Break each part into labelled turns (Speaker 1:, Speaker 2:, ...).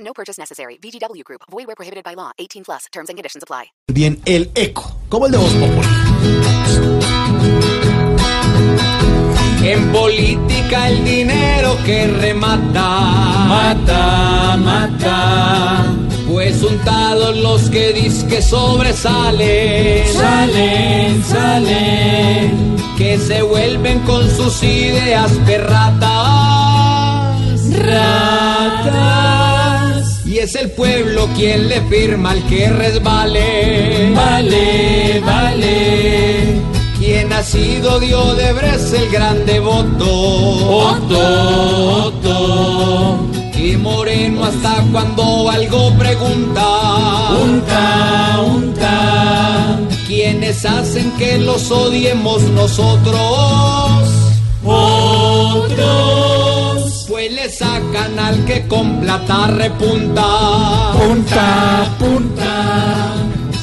Speaker 1: No purchase necessary. VGW Group. Void where prohibited by law. 18 plus. Terms and conditions apply.
Speaker 2: Bien, el eco, como el de Voz Populi.
Speaker 3: En política el dinero que remata, mata, mata. Pues untados los que disque sobresalen, salen, salen. Que se vuelven con sus ideas perratas, ratas. Y es el pueblo quien le firma al que resbale, vale, vale. Quien ha sido de Odebrecht el grande voto. Voto, voto. Y Moreno hasta cuando algo pregunta. Unta, unta. Quienes hacen que los odiemos nosotros. Otros. Pues le sacan al que con plata repunta. Punta, punta.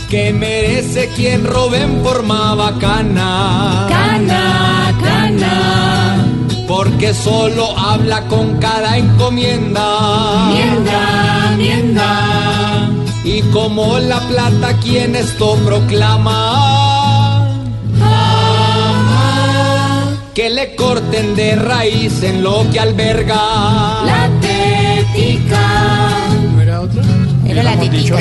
Speaker 3: Que merece quien robe en forma bacana. Cana, cana. Porque solo habla con cada encomienda. Mienda, mienda. Y como la plata quien esto proclama. Ama. Que le corten de raíz en lo que alberga. La tética.
Speaker 4: Era la típica.